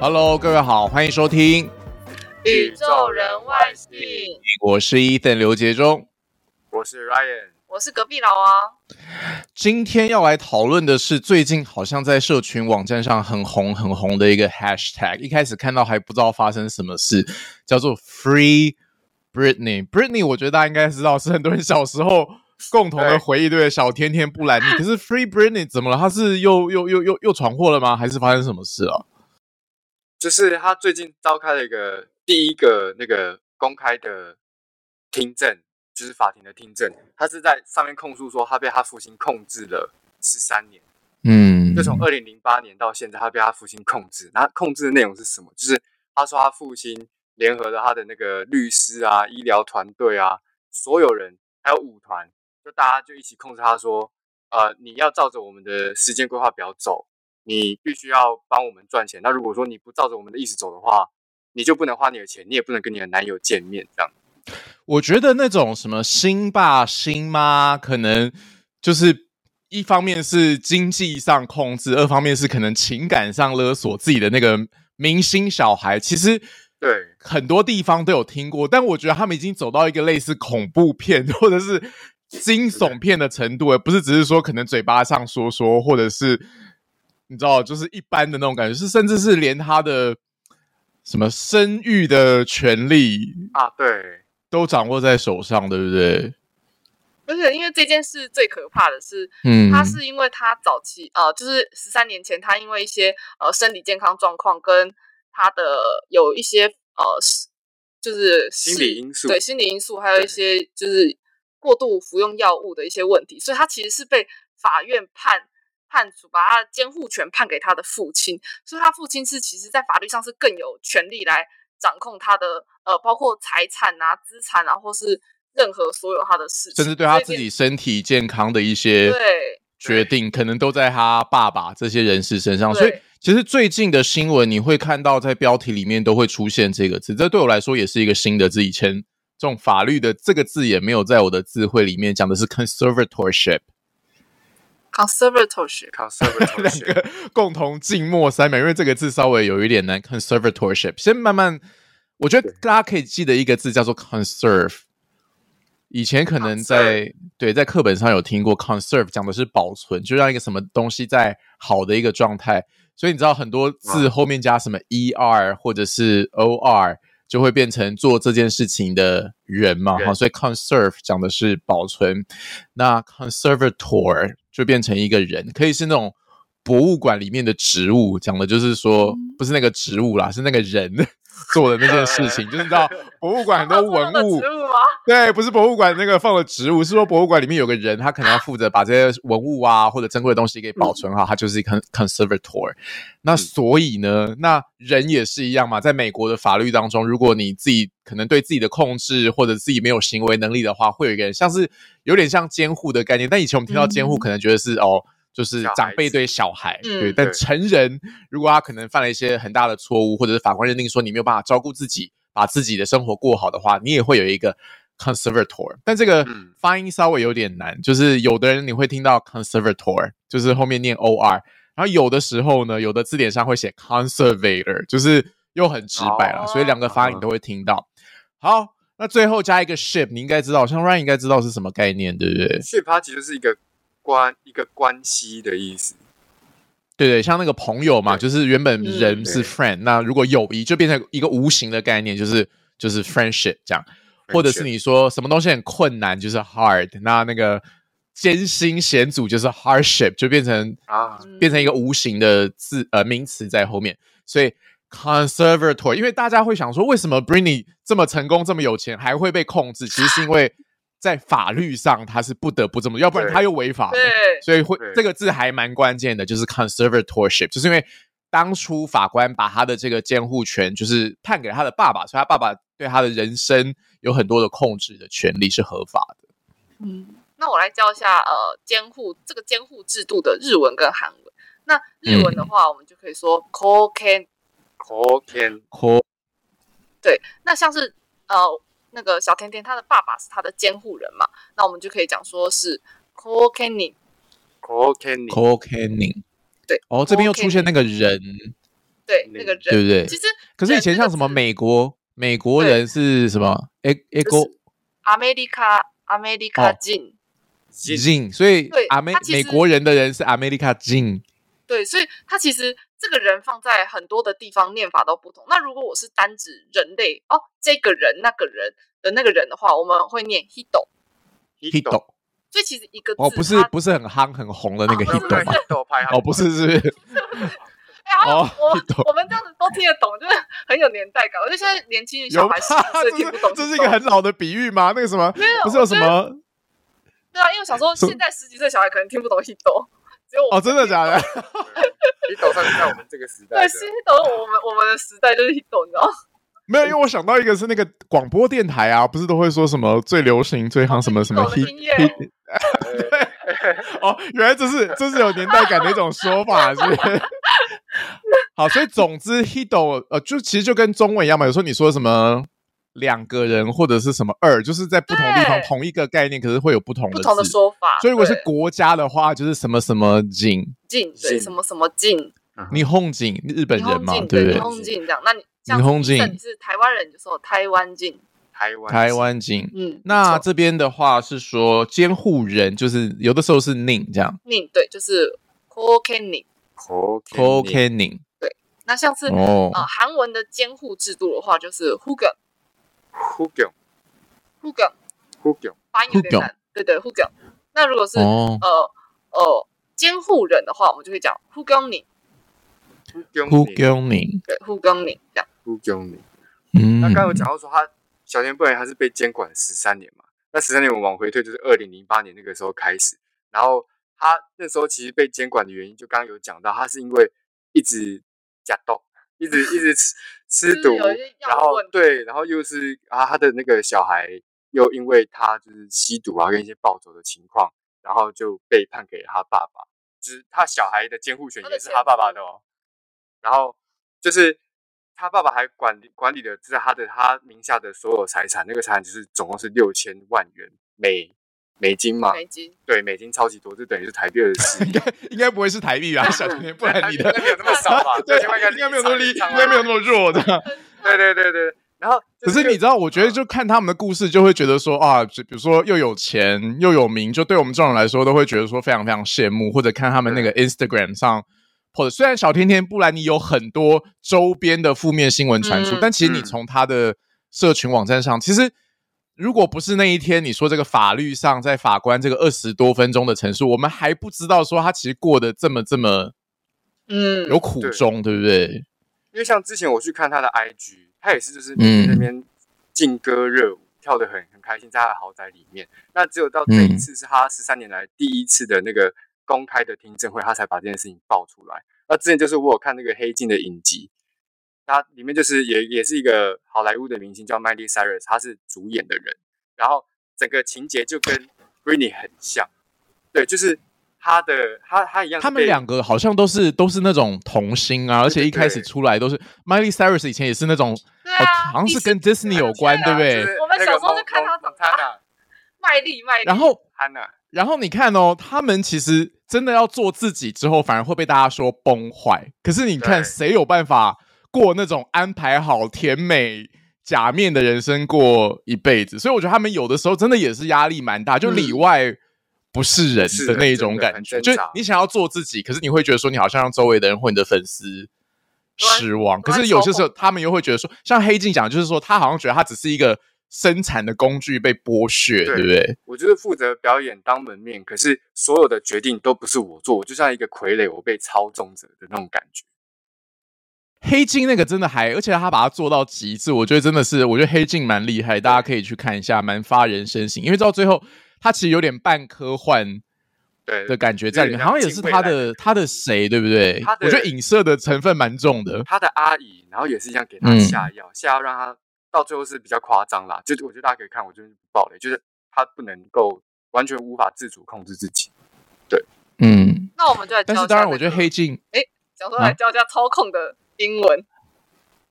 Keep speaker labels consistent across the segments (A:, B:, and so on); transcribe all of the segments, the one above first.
A: Hello，各位好，欢迎收听，
B: 宇宙人外星，
A: 我是伊森刘杰忠。
C: 我是 Ryan，
B: 我是隔壁老王。
A: 今天要来讨论的是最近好像在社群网站上很红很红的一个 Hashtag，一开始看到还不知道发生什么事，叫做 Free Britney。Britney，我觉得大家应该知道，是很多人小时候共同的
C: 对
A: 回忆，对不对小甜甜布兰妮。可是 Free Britney 怎么了？她是又又又又又闯祸了吗？还是发生什么事啊了？
C: 就是他最近召开了一个第一个那个公开的听证，就是法庭的听证，他是在上面控诉说他被他父亲控制了十三年，
A: 嗯，
C: 就从二零零八年到现在，他被他父亲控制。然后控制的内容是什么？就是他说他父亲联合了他的那个律师啊、医疗团队啊，所有人还有舞团，就大家就一起控制他说，呃，你要照着我们的时间规划表走，你必须要帮我们赚钱。那如果说你不照着我们的意思走的话，你就不能花你的钱，你也不能跟你的男友见面，这样。
A: 我觉得那种什么新爸新妈，可能就是一方面是经济上控制，二方面是可能情感上勒索自己的那个明星小孩。其实
C: 对，
A: 很多地方都有听过，但我觉得他们已经走到一个类似恐怖片或者是惊悚片的程度，而不是只是说可能嘴巴上说说，或者是你知道，就是一般的那种感觉，是甚至是连他的什么生育的权利
C: 啊，对，
A: 都掌握在手上，对不对？
B: 而且因为这件事最可怕的是，
A: 嗯
B: 他是因为他早期呃，就是十三年前，他因为一些呃身体健康状况跟他的有一些呃，是就是
C: 心理
B: 是
C: 因素
B: 对心理因素，还有一
C: 对
B: 些就是过度服用药物的一些问题，所以他其实是被法院判判处把他的监护权判给他的父亲，所以他父亲是其实在法律上是更有权利来掌控他的呃，包括财产啊、资产啊，或是任何所有他的事情，
A: 甚至对他
B: 所以
A: 自
B: 变
A: 己身体健康的一些
B: 对。
A: 决定，可能都在他爸爸这些人士身上。
B: 对
A: 所以，其实最近的新闻你会看到，在标题里面都会出现这个字。这对我来说也是一个新的字，以前这种法律的这个字也没有在我的字汇里面讲的是 conservatorship。
B: conservatorship，
A: 两
C: conservatorship，
A: 个 共同静默三秒，因为这个字稍微有一点难。conservatorship，先慢慢，我觉得大家可以记得一个字叫做 conserve。以前可能在对在课本上有听过 conserve，讲的是保存，就让一个什么东西在好的一个状态。所以你知道很多字后面加什么 er 或者是 or，就会变成做这件事情的人嘛。
C: 人
A: 哈，所以 conserve 讲的是保存，那 conservator 就变成一个人，可以是那种博物馆里面的植物，讲的就是说不是那个植物啦，是那个人 做的那件事情，就是你知道博物馆很多文物
B: 植，物吗？
A: 对，不是博物馆那个放了植物，是说博物馆里面有个人，他可能要负责把这些文物啊或者珍贵的东西给保存
C: 嗯
A: 好，他就是一个 conservator。那所以呢，那人也是一样嘛，在美国的法律当中，如果你自己可能对自己的控制或者自己没有行为能力的话，会有一个人像是有点像监护的概念，但以前我们听到监护
B: 嗯
A: 可能觉得是哦。就是
C: 小孩
A: 长辈
C: 子
A: 对小孩，
B: 嗯
A: 对，但
C: 对
A: 成人如果他可能犯了一些很大的错误，或者是法官认定说你没有办法照顾自己，把自己的生活过好的话，你也会有一个 conservator。但这个
C: 嗯
A: 发音稍微有点难，就是有的人你会听到 conservator，就是后面念 or，然后有的时候呢，有的字典上会写 conservator，就是又很直白了，
B: 哦
A: 所以两个发音
C: 嗯
A: 都会听到。好，那最后加一个 ship，你应该知道，像 Ryan 应该知道是什么概念，对不对？
C: 所以它其实是一个关一个关系的意思。
A: 对对，像那个朋友嘛，
C: 对
A: 就是原本人
B: 嗯
A: 是
C: 对
A: friend，、那如果友谊就变成一个无形的概念，就是就是 friendship 这样，或者是
C: friendship
A: 你说什么东西很困难，就是 hard，那那个艰辛险阻就是 hardship，就变成
C: 啊，
A: 变成一个无形的字呃名词在后面，所以 conservator，因为大家会想说，为什么 Britney 这么成功、这么有钱，还会被控制？其实是因为在法律上他是不得不这么，要不然
C: 对
A: 他又违法了。
B: 嗯对，
A: 所以会
C: 对
A: 这个字还蛮关键的，就是 conservatorship，就是因为当初法官把他的这个监护权就是判给他的爸爸，所以他爸爸对他的人生有很多的控制的权利是合法的。
B: 嗯，那我来教一下呃监护这个监护制度的日文跟韩文。那日文的
A: 嗯
B: 话，我们就可以说 c o c a n
C: 口天
B: 对，那像是呃那个小甜甜，她的爸爸是她的监护人嘛，那我们就可以讲说是 c o c a n i
C: 口天
A: c o c a n i n g
B: 对
A: 哦，这边又出现那个人，
B: 对
C: 那
B: 那个人，
A: 对不对？
B: 其实
A: 可是以前
B: 人这个
A: 像什么
B: 字
A: 美国美国
B: 对
A: 人是什么 a a
B: 就
A: g o
B: 是 America America
A: 哦
B: 进、
A: Jin，所以
B: 对
A: 阿美
B: 他其
A: 美
B: 实
A: 国人的人是 America Jin，
B: 对，所以他其实这个人放在很多的地方念法都不同。那如果我是单指人类哦，这个人那个人的那个人的话，我们会念 hito。
A: Hito
B: 所以其实一个字
A: 哦，不是
B: 它
A: 不是很夯很红 的那个
B: 哦不是
A: Hito 吗？
C: 豆拍
A: 哦，不是，是不是？
B: 哎，好像
A: 哦
B: 我们
A: hito
B: 我们这样子都听得懂，就是很有年代感。我觉得现在年轻人小
A: 有吗，
B: 孩是所以听不 懂
A: 这是一个很老的比喻吗？那个什么，
B: 没有
A: 不是有什
B: 我觉得
A: 么？
B: 对啊，因为我想说
A: 什么
B: 现在十几岁小孩可能听不懂 hito，只有我
A: 哦，真的假的？
C: 你豆算是在我们这个时代
B: 对
C: 的，
B: 是 hito，我们我们的时代就是 hito，你知道吗？
A: 没有，因为我想到一个是那个广播电台啊，不是都会说什么最流行、最夯什么什么
B: 我的
A: hit
B: 音乐
A: hit
C: 呃
A: 哦，原来这是这是有年代感的一种说法，是不是。 好，所以总之 hito 呃，就其实就跟中文一样嘛，有时候你说什么。两个人或者是什么二，就是在不同地方
B: 对
A: 同一个概念，可是会有不同的
B: 不同的
A: 字
B: 说法。
A: 所以如果是
B: 对
A: 国家的话，就是什么什么景，
B: 进对
C: 进
B: 什么什么进，
A: 你轰景，日本
B: 霓虹
A: 人嘛，
B: 镜
A: 对不
B: 对
A: 对
B: 霓？虹镜这样，那你像
A: 霓虹
B: 是医生
A: 镜
B: 你是台湾人，你就说台湾镜，
C: 台湾
A: 台湾景。
B: 嗯，
A: 那
B: 没错
A: 这边的话是说监护人，就是有的时候是宁这样
B: 你对就是 k o k e n i
A: c o c a n i n
B: 那像是啊
A: 哦，
B: 韩文的监护制度的话，就是 hugen
C: Hugo
B: hugen，
C: Hugo
B: 发音有点难，对对 hugen。那如果是
A: 哦
B: 呃呃监护人的话，我们就会讲 hugen 你
A: c
C: Hugo
A: a n i n
B: 对 hugen 你这样，
C: Hugo。
A: 嗯，
C: 那刚刚有讲到说他小田不然他是被监管十三年嘛，那十三年我们往回推就是二零零八年那个时候开始，然后他那时候其实被监管的原因，就刚刚有讲到，他是因为一直假动，一直一直吃吃
B: 就
C: 毒
B: 是有一些，药
C: 然后
B: 问题
C: 对，然后又是啊他的那个小孩又因为他就是吸毒啊跟一些暴走的情况，然后就被判给他爸爸，就是他小孩的监护权
B: 他的
C: 也是他爸爸的哦。然后就是他爸爸还管理管理的是他的他名下的所有财产，那个财产就是总共是六千万元美美金嘛，
B: 美金
C: 对，美金超级多，就等于是台币二十 四
A: 应该应该不会是台币吧？小甜，不然 你的？
C: 那没有那么少吧
A: 对
C: 6000万，
A: 应该没有那么厉，
C: 一场啊
A: 应该没有那么弱的。
C: 对对对对。然后
A: 可
C: 就
A: 是
C: 这个
A: 你知道，我觉得就看他们的故事，就会觉得说啊，就比如说又有钱又有名，就对我们这种人来说，都会觉得说非常非常羡慕，或者看他们那个 Instagram 上，或者虽然小甜甜布兰妮有很多周边的负面新闻传出，
B: 嗯
A: 但其实你
C: 嗯
A: 从他的社群网站上，其实如果不是那一天你说这个法律上在法官这个二十多分钟的陈述，我们还不知道说他其实过得这么这么
B: 嗯
A: 有苦
C: 对
A: 衷，对不对？
C: 因为像之前我去看他的 IG，他也是就是
A: 嗯
C: 在那边劲歌热舞，跳得很很开心，在他的豪宅里面。那只有到这
A: 嗯
C: 一次是他十三年来第一次的那个公开的听证会，他才把这件事情爆出来。那之前就是我有看那个黑镜的影集，那里面就是也也是一个好莱坞的明星叫 Miley Cyrus，他是主演的人，然后整个情节就跟 Britney 很像，对，就是他的他他一样是
A: 他们
C: 被
A: 两个好像都是都是那种童星啊，而且一开始出来都是 Miley Cyrus 以前也是那种，
B: 对啊，
A: 好像是跟
B: 迪
A: Disney 有关，对不对？
B: 我们小时候就看他长大
C: 大。
B: 卖力卖力，
A: 然后
C: 安娜，
A: 然后你看哦，他们其实真的要做自己之后，反而会被大家说崩坏。可是你看，
C: 对
A: 谁有办法过那种安排好甜美假面的人生过一辈子？所以我觉得他们有的时候真的也是压力蛮大，就里外不是人
C: 嗯是
A: 的
C: 的
A: 那一种
C: 真的
A: 感
C: 很
A: 觉。
C: 挣
A: 就
C: 扎
A: 你想要做自己，可是你会觉得说你好像让周围的人或你的粉丝。失望，可
B: 对
A: 是有些时候他们又会觉得说，像黑镜讲，就是说他好像觉得他只是一个生产的工具被剥削，
C: 对
A: 对不对？
C: 我就是负责表演当门面，可是所有的决定都不是我做，我就像一个傀儡，我被操纵着的那种感觉。
A: 黑镜那个真的还，而且他把它做到极致，我觉得真的是，我觉得黑镜蛮厉害，大家可以去看一下，蛮发人深省。因为到最后，他其实有点半科幻
C: 对
A: 的感觉在里面，好像也是他的他的谁，对不对？
C: 他的
A: 我觉得影射的成分蛮重的。
C: 他的阿姨，然后也是一样给他
A: 嗯
C: 下药，下药让他到最后是比较夸张啦。就是我觉得大家可以看，我就是不爆雷，就是他不能够完全无法自主控制自己。
A: 嗯，
B: 那我们就来教
A: 但
B: 一下
A: 是
B: 那个。
A: 当然，我觉得黑镜
B: 想说来教一下操控的英文。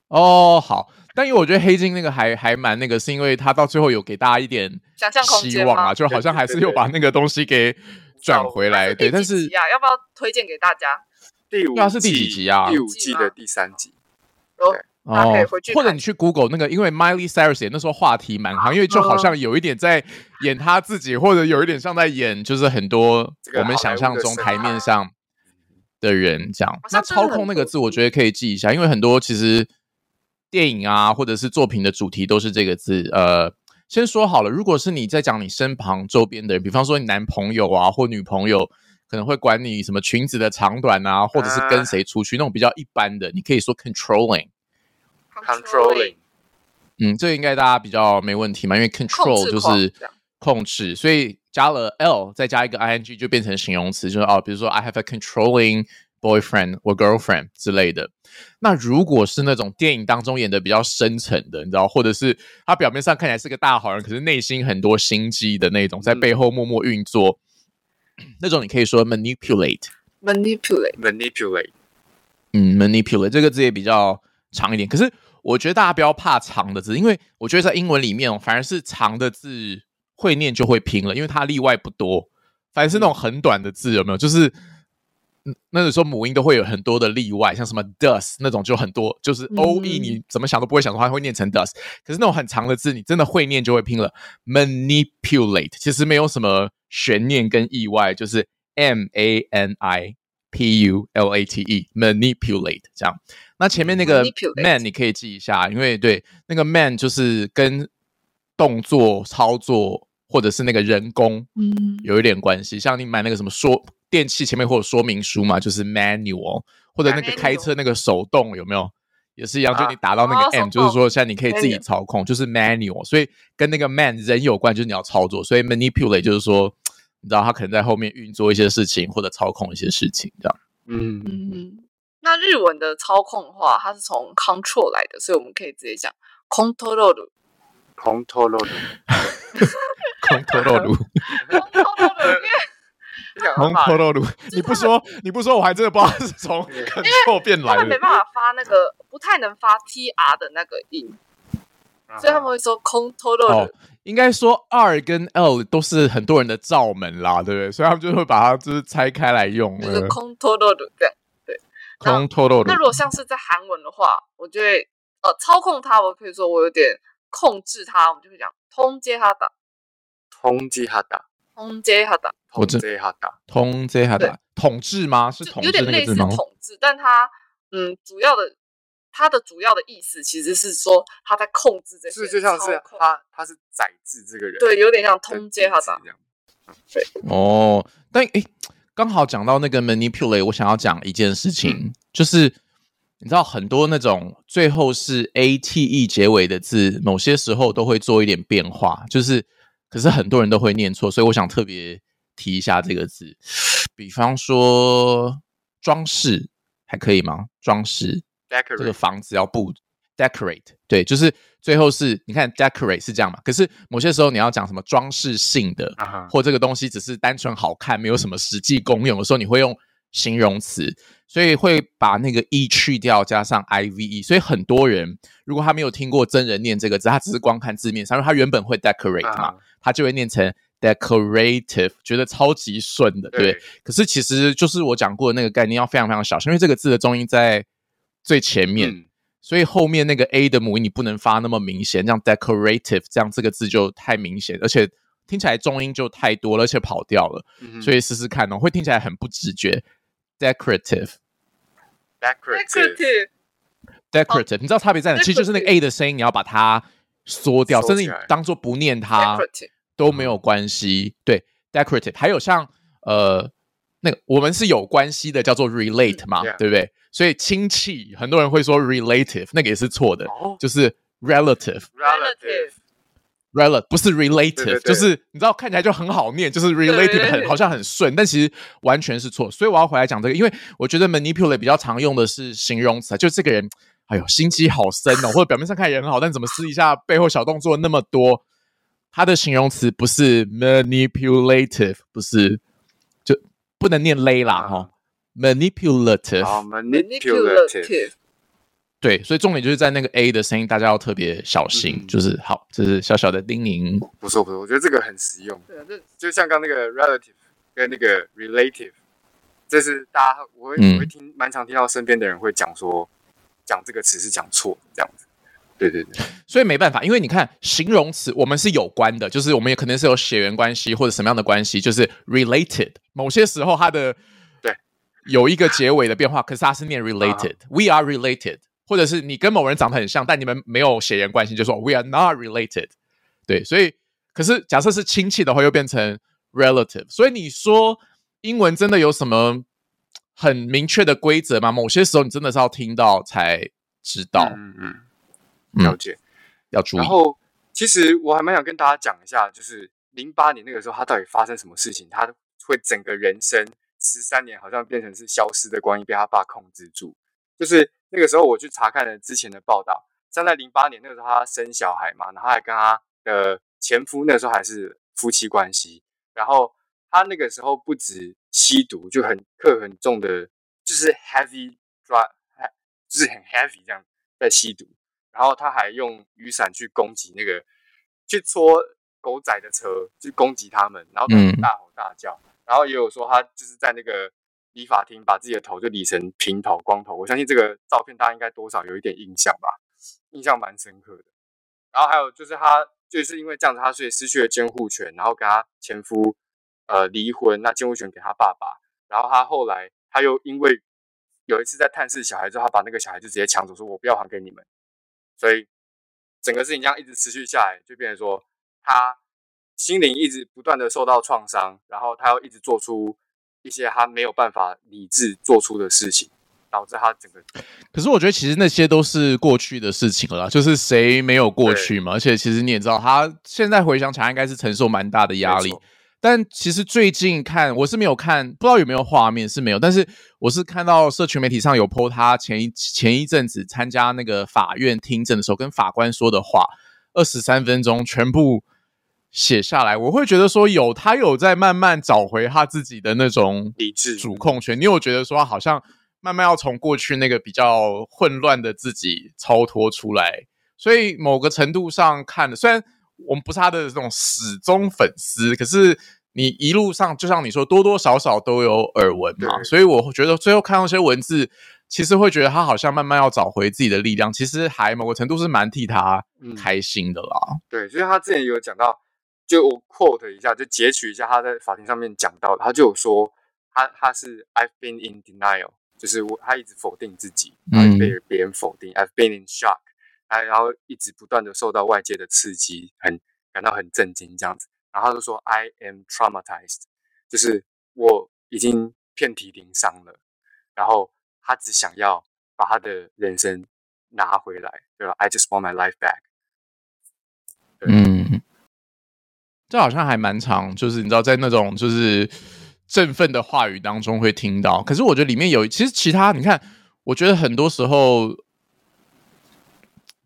A: 哦好，但因为我觉得黑镜那个还还蛮那个，是因为他到最后有给大家一点
B: 想象空
A: 希
B: 间
A: 望
B: 吗？
A: 啊，就好像还是又把那个东西给转回来，对，但
B: 第几
A: 是
B: 集。啊，要不要推荐给大家？
C: 第五
A: 对啊是第几集啊
C: 季第五季的第三集，
B: 然后大家可以回去
A: 哦或者
B: 看
A: 你去 Google 那个，因为 Miley Cyrus 也那时候话题蛮夯，因
B: 嗯
A: 为就好像有一点在演她自己，或者有一点像在演，就是很多
C: 这个
A: 我们想象中台面上的人这样。那
B: 像真的
A: 操
B: 很
A: 控那个
B: 多
A: 字，我觉得可以记一下，因为很多其实电影啊，或者是作品的主题都是这个字。呃，先说好了，如果是你在讲你身旁周边的人，比方说你男朋友啊或女朋友。可能会管你什么裙子的长短啊，或者是跟谁出去，那种比较一般的，你可以说 controlling，
C: controlling
A: 嗯，这个应该大家比较没问题嘛，因为 control
B: 制
A: 就
B: 狂
A: 是
B: 这样
A: 控制，所以加了 l 再加一个 ing 就变成形容词，就是哦，比如说 I have a controlling boyfriend 或 girlfriend 之类的。那如果是那种电影当中演的比较深沉的，你知道，或者是他表面上看起来是个大好人，可是内心很多心机的那种，在
C: 嗯
A: 背后默默运作，那种你可以说 manipulate。
B: manipulate
C: manipulate
A: 嗯，manipulate 这个字也比较长一点，可是我觉得大家不要怕长的字，因为我觉得在英文里面哦，反而是长的字会念就会拼了，因为它例外不多。反而是那种很短的字，有没有？就是嗯那个时候母音都会有很多的例外，像什么 does 那种就很多，就是 o e
B: 嗯
A: 你怎么想都不会想说它会念成 does，可是那种很长的字，你真的会念就会拼了。manipulate 其实没有什么悬念跟意外，就是 m a n i P U L A T E manipulate 这样。那前面那个
B: Manipulate
A: man 你可以记一下，因为对那个 man 就是跟动作、操作或者是那个人工
B: 嗯
A: 有一点关系。像你买那个什么说电器前面会有说明书嘛，就是 manual，或者那个
B: Manual
A: 开车那个手动有没有？也是一样，
C: 啊
A: 就你打到那
B: 哦
A: 个
B: 手
A: M，、
B: 动
A: 就是说现在你可以自己
B: Manual
A: 操控，就是 manual，所以跟那个 man 人有关，就是你要操作，所以 manipulate 就是说，你知道他可能在后面运作一些事情或者操控一些事情这样。
C: 嗯，
B: 嗯，那日文的操控的话，它是从 control 来的，所以我们可以直接讲 control。
C: control
A: 空脱肉 炉，
B: control，因为
A: 空脱肉炉，你不说，你不说，我还真的不知道是从 control 变
B: 他
A: 来
B: 们没
A: 的。
B: 办法发那个，不太能发 tr 的那个音，
C: 啊
B: 所以他们会说 control
A: 哦。，应该说 R 跟 L 都是很多人的罩门啦，对不对？所以他们就会把它就是拆开来用。呃
B: 就是 control 这样。
A: 空脱肉炉
B: 那，如果像是在韩文的话，我就会呃操控它，我可以说我有点控制它，我们就会讲通接哈达，
C: 通缉哈达，
B: 通接哈达，
A: 我
C: 通
A: 这
C: 缉哈达，
A: 通这哈的统治吗？是
B: 就
A: 统治
B: 有点
A: 那
B: 类
A: 个字
B: 似
A: 吗？
B: 统治，但它嗯主要的它的主要的意思其实是说他在控制这些，
C: 是不是就像是啊
B: 操控
C: 他他是宰制这个人，
B: 对，有点像
C: 跟
B: 通接哈达
C: 宰，制这样，
A: 哦，但诶，刚好讲到那个 manipulate，我想要讲一件事情，就是你知道很多那种最后是 a t e 结尾的字，某些时候都会做一点变化，就是可是很多人都会念错，所以我想特别提一下这个字，比方说装饰还可以吗？装饰这个
C: decorate
A: 房子要布 decorate，对，就是最后是你看 decorate 是这样嘛，可是某些时候你要讲什么装饰性的，
C: 啊哈
A: 或这个东西只是单纯好看，没有什么实际功用的时候，你会用形容词，所以会把那个 e 去掉，加上 i v e。所以很多人如果他没有听过真人念这个字，他只是光看字面上，因为他原本会 decorate 嘛，
C: 啊
A: 他就会念成 decorative，觉得超级顺的，对
C: 对。
A: 可是其实就是我讲过的那个概念要非常非常小心，因为这个字的重音在最前面，
C: 嗯
A: 所以后面那个 a 的母音你不能发那么明显，这样 decorative 这样这个字就太明显，而且听起来重音就太多了，而且跑掉了。
C: 嗯哼
A: 所以试试看哦，会听起来很不直觉。decorative
C: decorative
B: Decorative
C: 哦
A: decorative，你知道差别在哪？其实就是那个 a 的声音，你要把它缩掉，
C: 收起
A: 甚
C: 来
A: 至你当做不念它
B: decorative
A: 都没有关系。对，decorative，还有像呃。那个我们是有关系的，叫做
C: 嗯
A: relate 嘛，
C: Yeah
A: 对不对？所以亲戚很多人会说 relative，那个也是错的，
C: 哦
A: 就是 relative。
C: relative
A: rel 不是 relative，
C: 对对对
A: 就是你知道看起来就很好念，就是 relative
B: 对
A: 很好像很顺，但其实完全是错。所以我要回来讲这个，因为我觉得 manipulate 比较常用的是形容词啊，就这个人，哎呦心机好深 哦，或者表面上看起来人很好，但怎么私底下背后小动作那么多。它的形容词不是 manipulative，不是就不能念 lay 啦
C: 啊
A: 哈、manipulative，、
C: 好哦 manipulative
B: manipulative
A: 对，所以重点就是在那个 a 的声音，大家要特别小心。
C: 嗯
A: 就是好，这是小小的叮咛。
C: 不错不错，我觉得这个很实用。
B: 对，这
C: 就像刚那个 relative 跟那个 relative，这是大家我会、
A: 嗯
C: 我会听蛮常听到身边的人会讲说，讲这个词是讲错这样子。对对对，
A: 所以没办法，因为你看形容词我们是有关的，就是我们也可能是有血缘关系或者什么样的关系，就是 related。某些时候它的
C: 对
A: 有一个结尾的变化，可是它是念 related，we are related，或者是你跟某人长得很像，但你们没有血缘关系，就说 we are not related。对，所以可是假设是亲戚的话，又变成 relative。所以你说英文真的有什么很明确的规则吗？某些时候你真的是要听到才知道，
C: 嗯嗯
A: 嗯
C: 嗯，了解。
A: 要注意
C: 然。后其实我还蛮想跟大家讲一下，就是零八年那个时候，他到底发生什么事情？他会整个人生十三年好像变成是消失的光阴，被他爸控制住。就是那个时候我去查看了之前的报道，像在零八年那个时候他生小孩嘛，然后还跟他的前夫那时候还是夫妻关系，然后他那个时候不止吸毒，就很克很重的，就是 heavy drug，就是很 heavy 这样在吸毒。然后他还用雨伞去攻击那个去戳狗仔的车，去攻击他们，然后他们
A: 嗯
C: 大吼大叫，然后也有说他就是在那个理发厅把自己的头就理成平头光头，我相信这个照片大家应该多少有一点印象吧，印象蛮深刻的。然后还有就是他就是因为这样子，他所以失去了监护权，然后跟他前夫呃离婚，那监护权给他爸爸，然后他后来他又因为有一次在探视小孩之后，他把那个小孩就直接抢走，说我不要还给你们。所以整个事情这样一直持续下来，就变成说他心灵一直不断的受到创伤，然后他又一直做出一些他没有办法理智做出的事情，导致他整个
A: 可是我觉得其实那些都是过去的事情了啦，就是谁没有过去嘛？而且其实你也知道，他现在回想起来应该是承受蛮大的压
C: 没
A: 力
C: 错。
A: 但其实最近看我是没有看，不知道有没有画面是没有，但是我是看到社群媒体上有 PO 他前一前一阵子参加那个法院听证的时候跟法官说的话，二十三分钟全部写下来，我会觉得说有他有在慢慢找回他自己的那种
C: 理智
A: 主控权。你有觉得说好像慢慢要从过去那个比较混乱的自己超脱出来，所以某个程度上看的，虽然我们不是他的这种始终粉丝，可是你一路上就像你说，多多少少都有耳闻嘛，
C: 对
A: 所以我觉得最后看到这些文字。其实会觉得他好像慢慢要找回自己的力量，其实还某个程度是蛮替他
C: 嗯
A: 开心的啦。
C: 对，就是他之前有讲到，就我 quote 一下，就截取一下他在法庭上面讲到的，他就有说他他是 I've been in denial，就是我他一直否定自己，然后
A: 嗯
C: 被别人否定、i v e been in shock，哎，然后一直不断的受到外界的刺激，很感到很震惊这样子，然后他就说 I am traumatized，就是我已经遍体鳞伤了，然后他只想要把他的人生拿回来，对吧？I just want my life back。
A: 嗯，这好像还蛮长，就是你知道，在那种就是振奋的话语当中会听到。可是我觉得里面有，其实其他你看，我觉得很多时候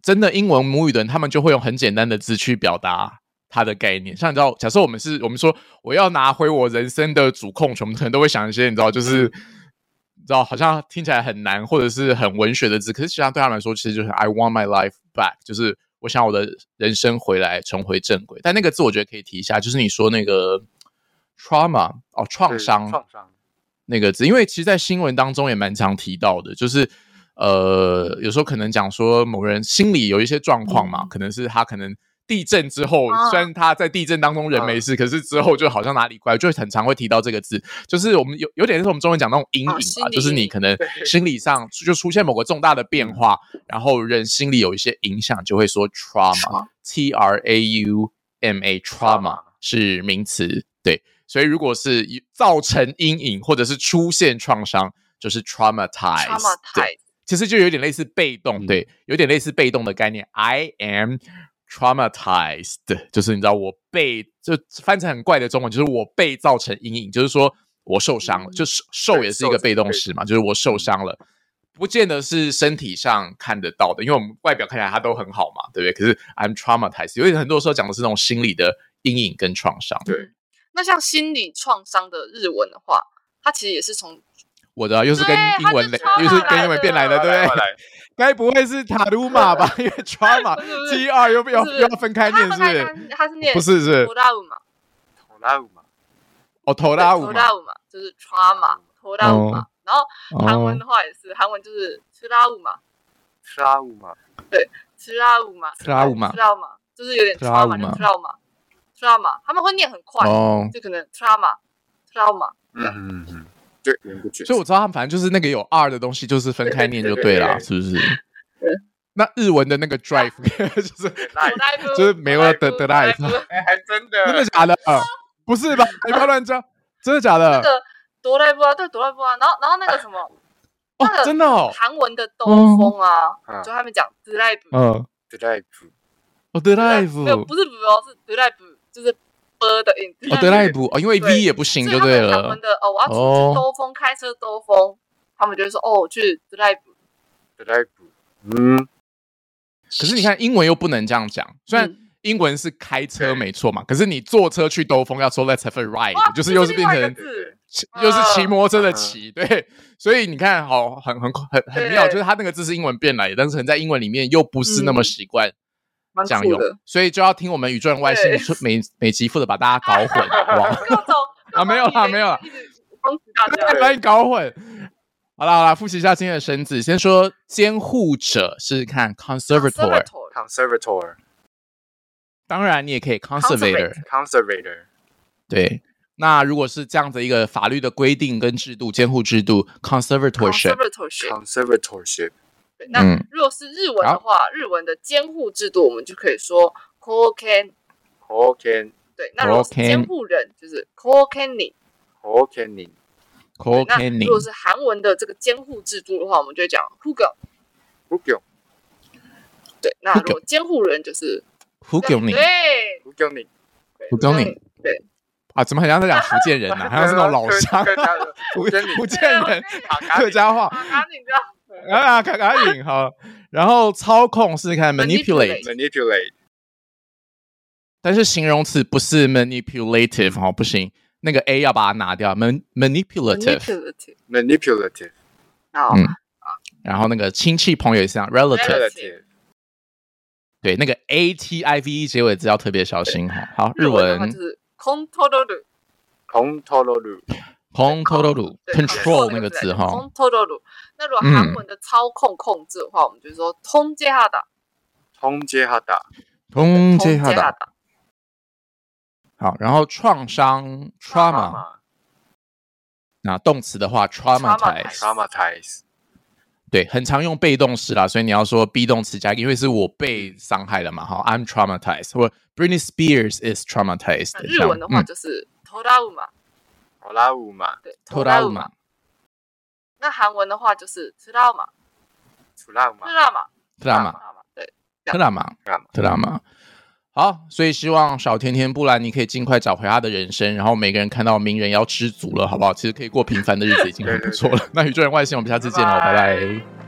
A: 真的英文母语的人，他们就会用很简单的字去表达。他的概念，像你知道，假设我们是我们说我要拿回我人生的主控权，我们可能都会想一些你知道，就是你知道好像听起来很难或者是很文学的字，可是其实对他们来说，其实就是 I want my life back，就是我想我的人生回来重回正轨。但那个字我觉得可以提一下，就是你说那个 trauma 哦创
C: 对
A: 伤，
C: 创伤，
A: 那个字，因为其实，在新闻当中也蛮常提到的，就是呃，有时候可能讲说某人心里有一些状况嘛，可能是他可能地震之后，
B: 啊
A: 虽然他在地震当中人没事，可是之后就好像哪里怪，就很常会提到这个字，就是我们有有点是我们中文讲那种阴影
B: 啊心
A: 吧，
B: 理
A: 就是你可能心理上就出现某个重大的变化，然后人心里有一些影响，就会说 trauma。T R A U M A trauma 是名词，对，所以如果是以造成阴影或者是出现创伤，就是 traumatize，
B: 他们
A: 对，
B: 太
A: 其实就有点类似被动，
C: 嗯
A: 对，有点类似被动的概念。I am traumatized，就是你知道我被就翻成很怪的中文，就是我被造成阴影，就是说我受伤了，
B: 嗯
A: 就是受
C: 对嗯
A: 也是一个
C: 受
A: 被动
C: 被
A: 式嘛，就是我受伤了。不见得是身体上看得到的，因为我们外表看起来它都很好嘛，对不对？可是 I'm traumatized，因为很多时候讲的是那种心理的阴影跟创伤。
C: 对，
B: 那像心理创伤的日文的话，它其实也是从
A: 我知道，又是跟
B: 对
A: 英文
B: 它
A: 类
B: 是，trauma
A: 又是跟英文变来的，
C: 来
A: 对
C: 来
A: 不对？
C: 来，
A: 该不会是塔鲁玛 吧？因为 trauma
B: 不是不是
A: T R 又要
B: 不是
A: 又要分开念，
B: 它
A: 是不
B: 分开
A: 是？
B: 看它是念
A: 不是是
B: 头拉舞嘛，
C: 好拉舞嘛，
A: 哦，头拉舞
B: 头
A: 嘛，
B: 拉舞嘛，就是 trauma 头拉舞嘛。然后韩文
A: 哦
B: 的话也是，韩文就是 t r a u m a
C: 吃拉乌嘛，
B: trauma
A: Trauma
B: trauma 就是有点 trauma 的 trauma trauma，他们会念很快，
A: 哦，
B: 就可能 trauma trauma
C: 嗯嗯嗯，对，源不绝。
A: 所以我知道他们反正就是那个有 R 的东西，就是分开念就对了，
C: 对
A: 是不是
B: 对？
A: 那日文的那个 drive 就是
C: 赖
A: 就是美国的德德赖
C: 哎，还真的，
A: 真的 假的？不是吧？你不要乱叫，真的假的
B: 那？个哆来布啊，对哆来布啊，然后然后那个什么
A: 哦
B: 那，个
A: 真的哦，
B: 韩文的兜风啊，
C: 嗯
B: 就他们讲德莱布，
A: 嗯，
C: 对，
A: 哦，德莱
B: Drive，
A: 夫，
B: 没有不
A: 哦，
B: 是不哦是德莱布，就是波的音，
A: 德莱夫，哦，因为 V 也不行
B: 所
A: 就
B: 以他们韩
A: 了
B: 文。的哦，我要出
A: 哦
B: 去兜风，开车兜风，他们就会说哦，我去德莱布，
C: 对，嗯，
A: 可是你看英文又不能这样讲，虽然
B: 嗯
A: 英文是开车
C: 对
A: 没错嘛，可是你坐车去兜风要说 Let's have a
B: 哇
A: ride，就是哎
B: 这
A: 又是
B: 另
A: 变
B: 外一个
A: 成
B: 字，
A: 骑
B: 啊
A: 又是骑摩托车的骑，对，所以你看，好，很很很很
B: 对
A: 妙，就是它那个字是英文变来的，但是可能在英文里面又不是那么
B: 嗯
A: 习惯
B: 蛮
A: 这样
B: 酷
A: 用
B: 的。，
A: 所以就要听我们宇宙人外星
B: 对
A: 出每每集负责把大家搞 混，好不好？
B: 各种
A: 啊没有啦没有啦，
B: 各种以为一直攻击大 家。
A: 把你搞混。好啦好啦，复习一下今天的生字，先说监护者是看 conservator，
B: Conservator
C: conservator，conservator，
A: 当然你也可以
B: Conservator
A: conservator，对。那如果是这样的一个法律的规定跟制度，监护制度 conservatorship，
B: conservatorship。
C: conservatorship，
B: 对那
A: 嗯
B: 如果是日文的话，日文的监护制度我们就可以说 c o k e n
C: o k
B: 对，那如果是
A: Koken
B: 监护人就是 c o k e n i
C: o k 你
A: c o c a
B: 那
A: n i
B: 如果是韩文的这个监护制度的话，我们就会讲 h u g o
C: 不用，
B: 对，那
A: Hugon
B: 如果监护人就是
A: h u g o n i
B: 对
C: 不用你，
B: 对
A: Hugoning 啊，怎么好像在讲福建人呢、啊 好像是那种老乡，啊福
C: 跟你
A: 福建人客
C: 客
A: 家话
B: 啊，那你知道
A: 啊，卡卡影好。然后操控是看 manipulate，
B: Manipulate
C: manipulate，
A: 但是形容词不是 manipulative 哈、哦，不行，那个 a 要把它拿掉，man manipulative。
B: manipulative
C: manipulative，
B: 好
A: 嗯然后那个亲戚朋友也是这样，relative，
B: Relative
C: relative，
A: 对，那个 a t i v e 结尾字要特别小心哈、哦。好，日
B: 文的话
A: 文
B: 就是 control
C: 红头罗鲁，
A: control
B: 对
A: control
B: 控
A: 那个
B: 对
A: 字
B: 不对
A: 哈、嗯哦，
B: control。那如果韩文的操控控制的话，我们就说通接哈达，
C: 通街哈达，
A: 通
B: 通
A: 接
B: 接
A: 下
B: 哈
A: 的
B: 达，
A: 好，然后创伤 trauma，那动词的话 traumatize。
C: traumatize，
A: 对，很常用被动式啦，所以你要说 be 动词加一个，因为是我被伤害了嘛，哈，I'm traumatized，或 Britney Spears is traumatized
B: 那
A: 这
B: 日
A: 样。
B: 文的话
A: 嗯，
B: 就是 torauma，
C: 好啦舞嘛，
B: 对
A: t o r a u m a。
B: 那韩文的话就是 trauma，trauma，trauma。
C: 出啦舞嘛，
A: t r a u m a
B: 对，
A: t r a u m a t r a u m a 好，所以希望小甜甜布兰妮可以尽快找回她的人生，然后每个人看到名 人要知足了，好不好？其实可以过平凡的日子已经很不错了。那宇宙人外星，我们下次见喽，拜拜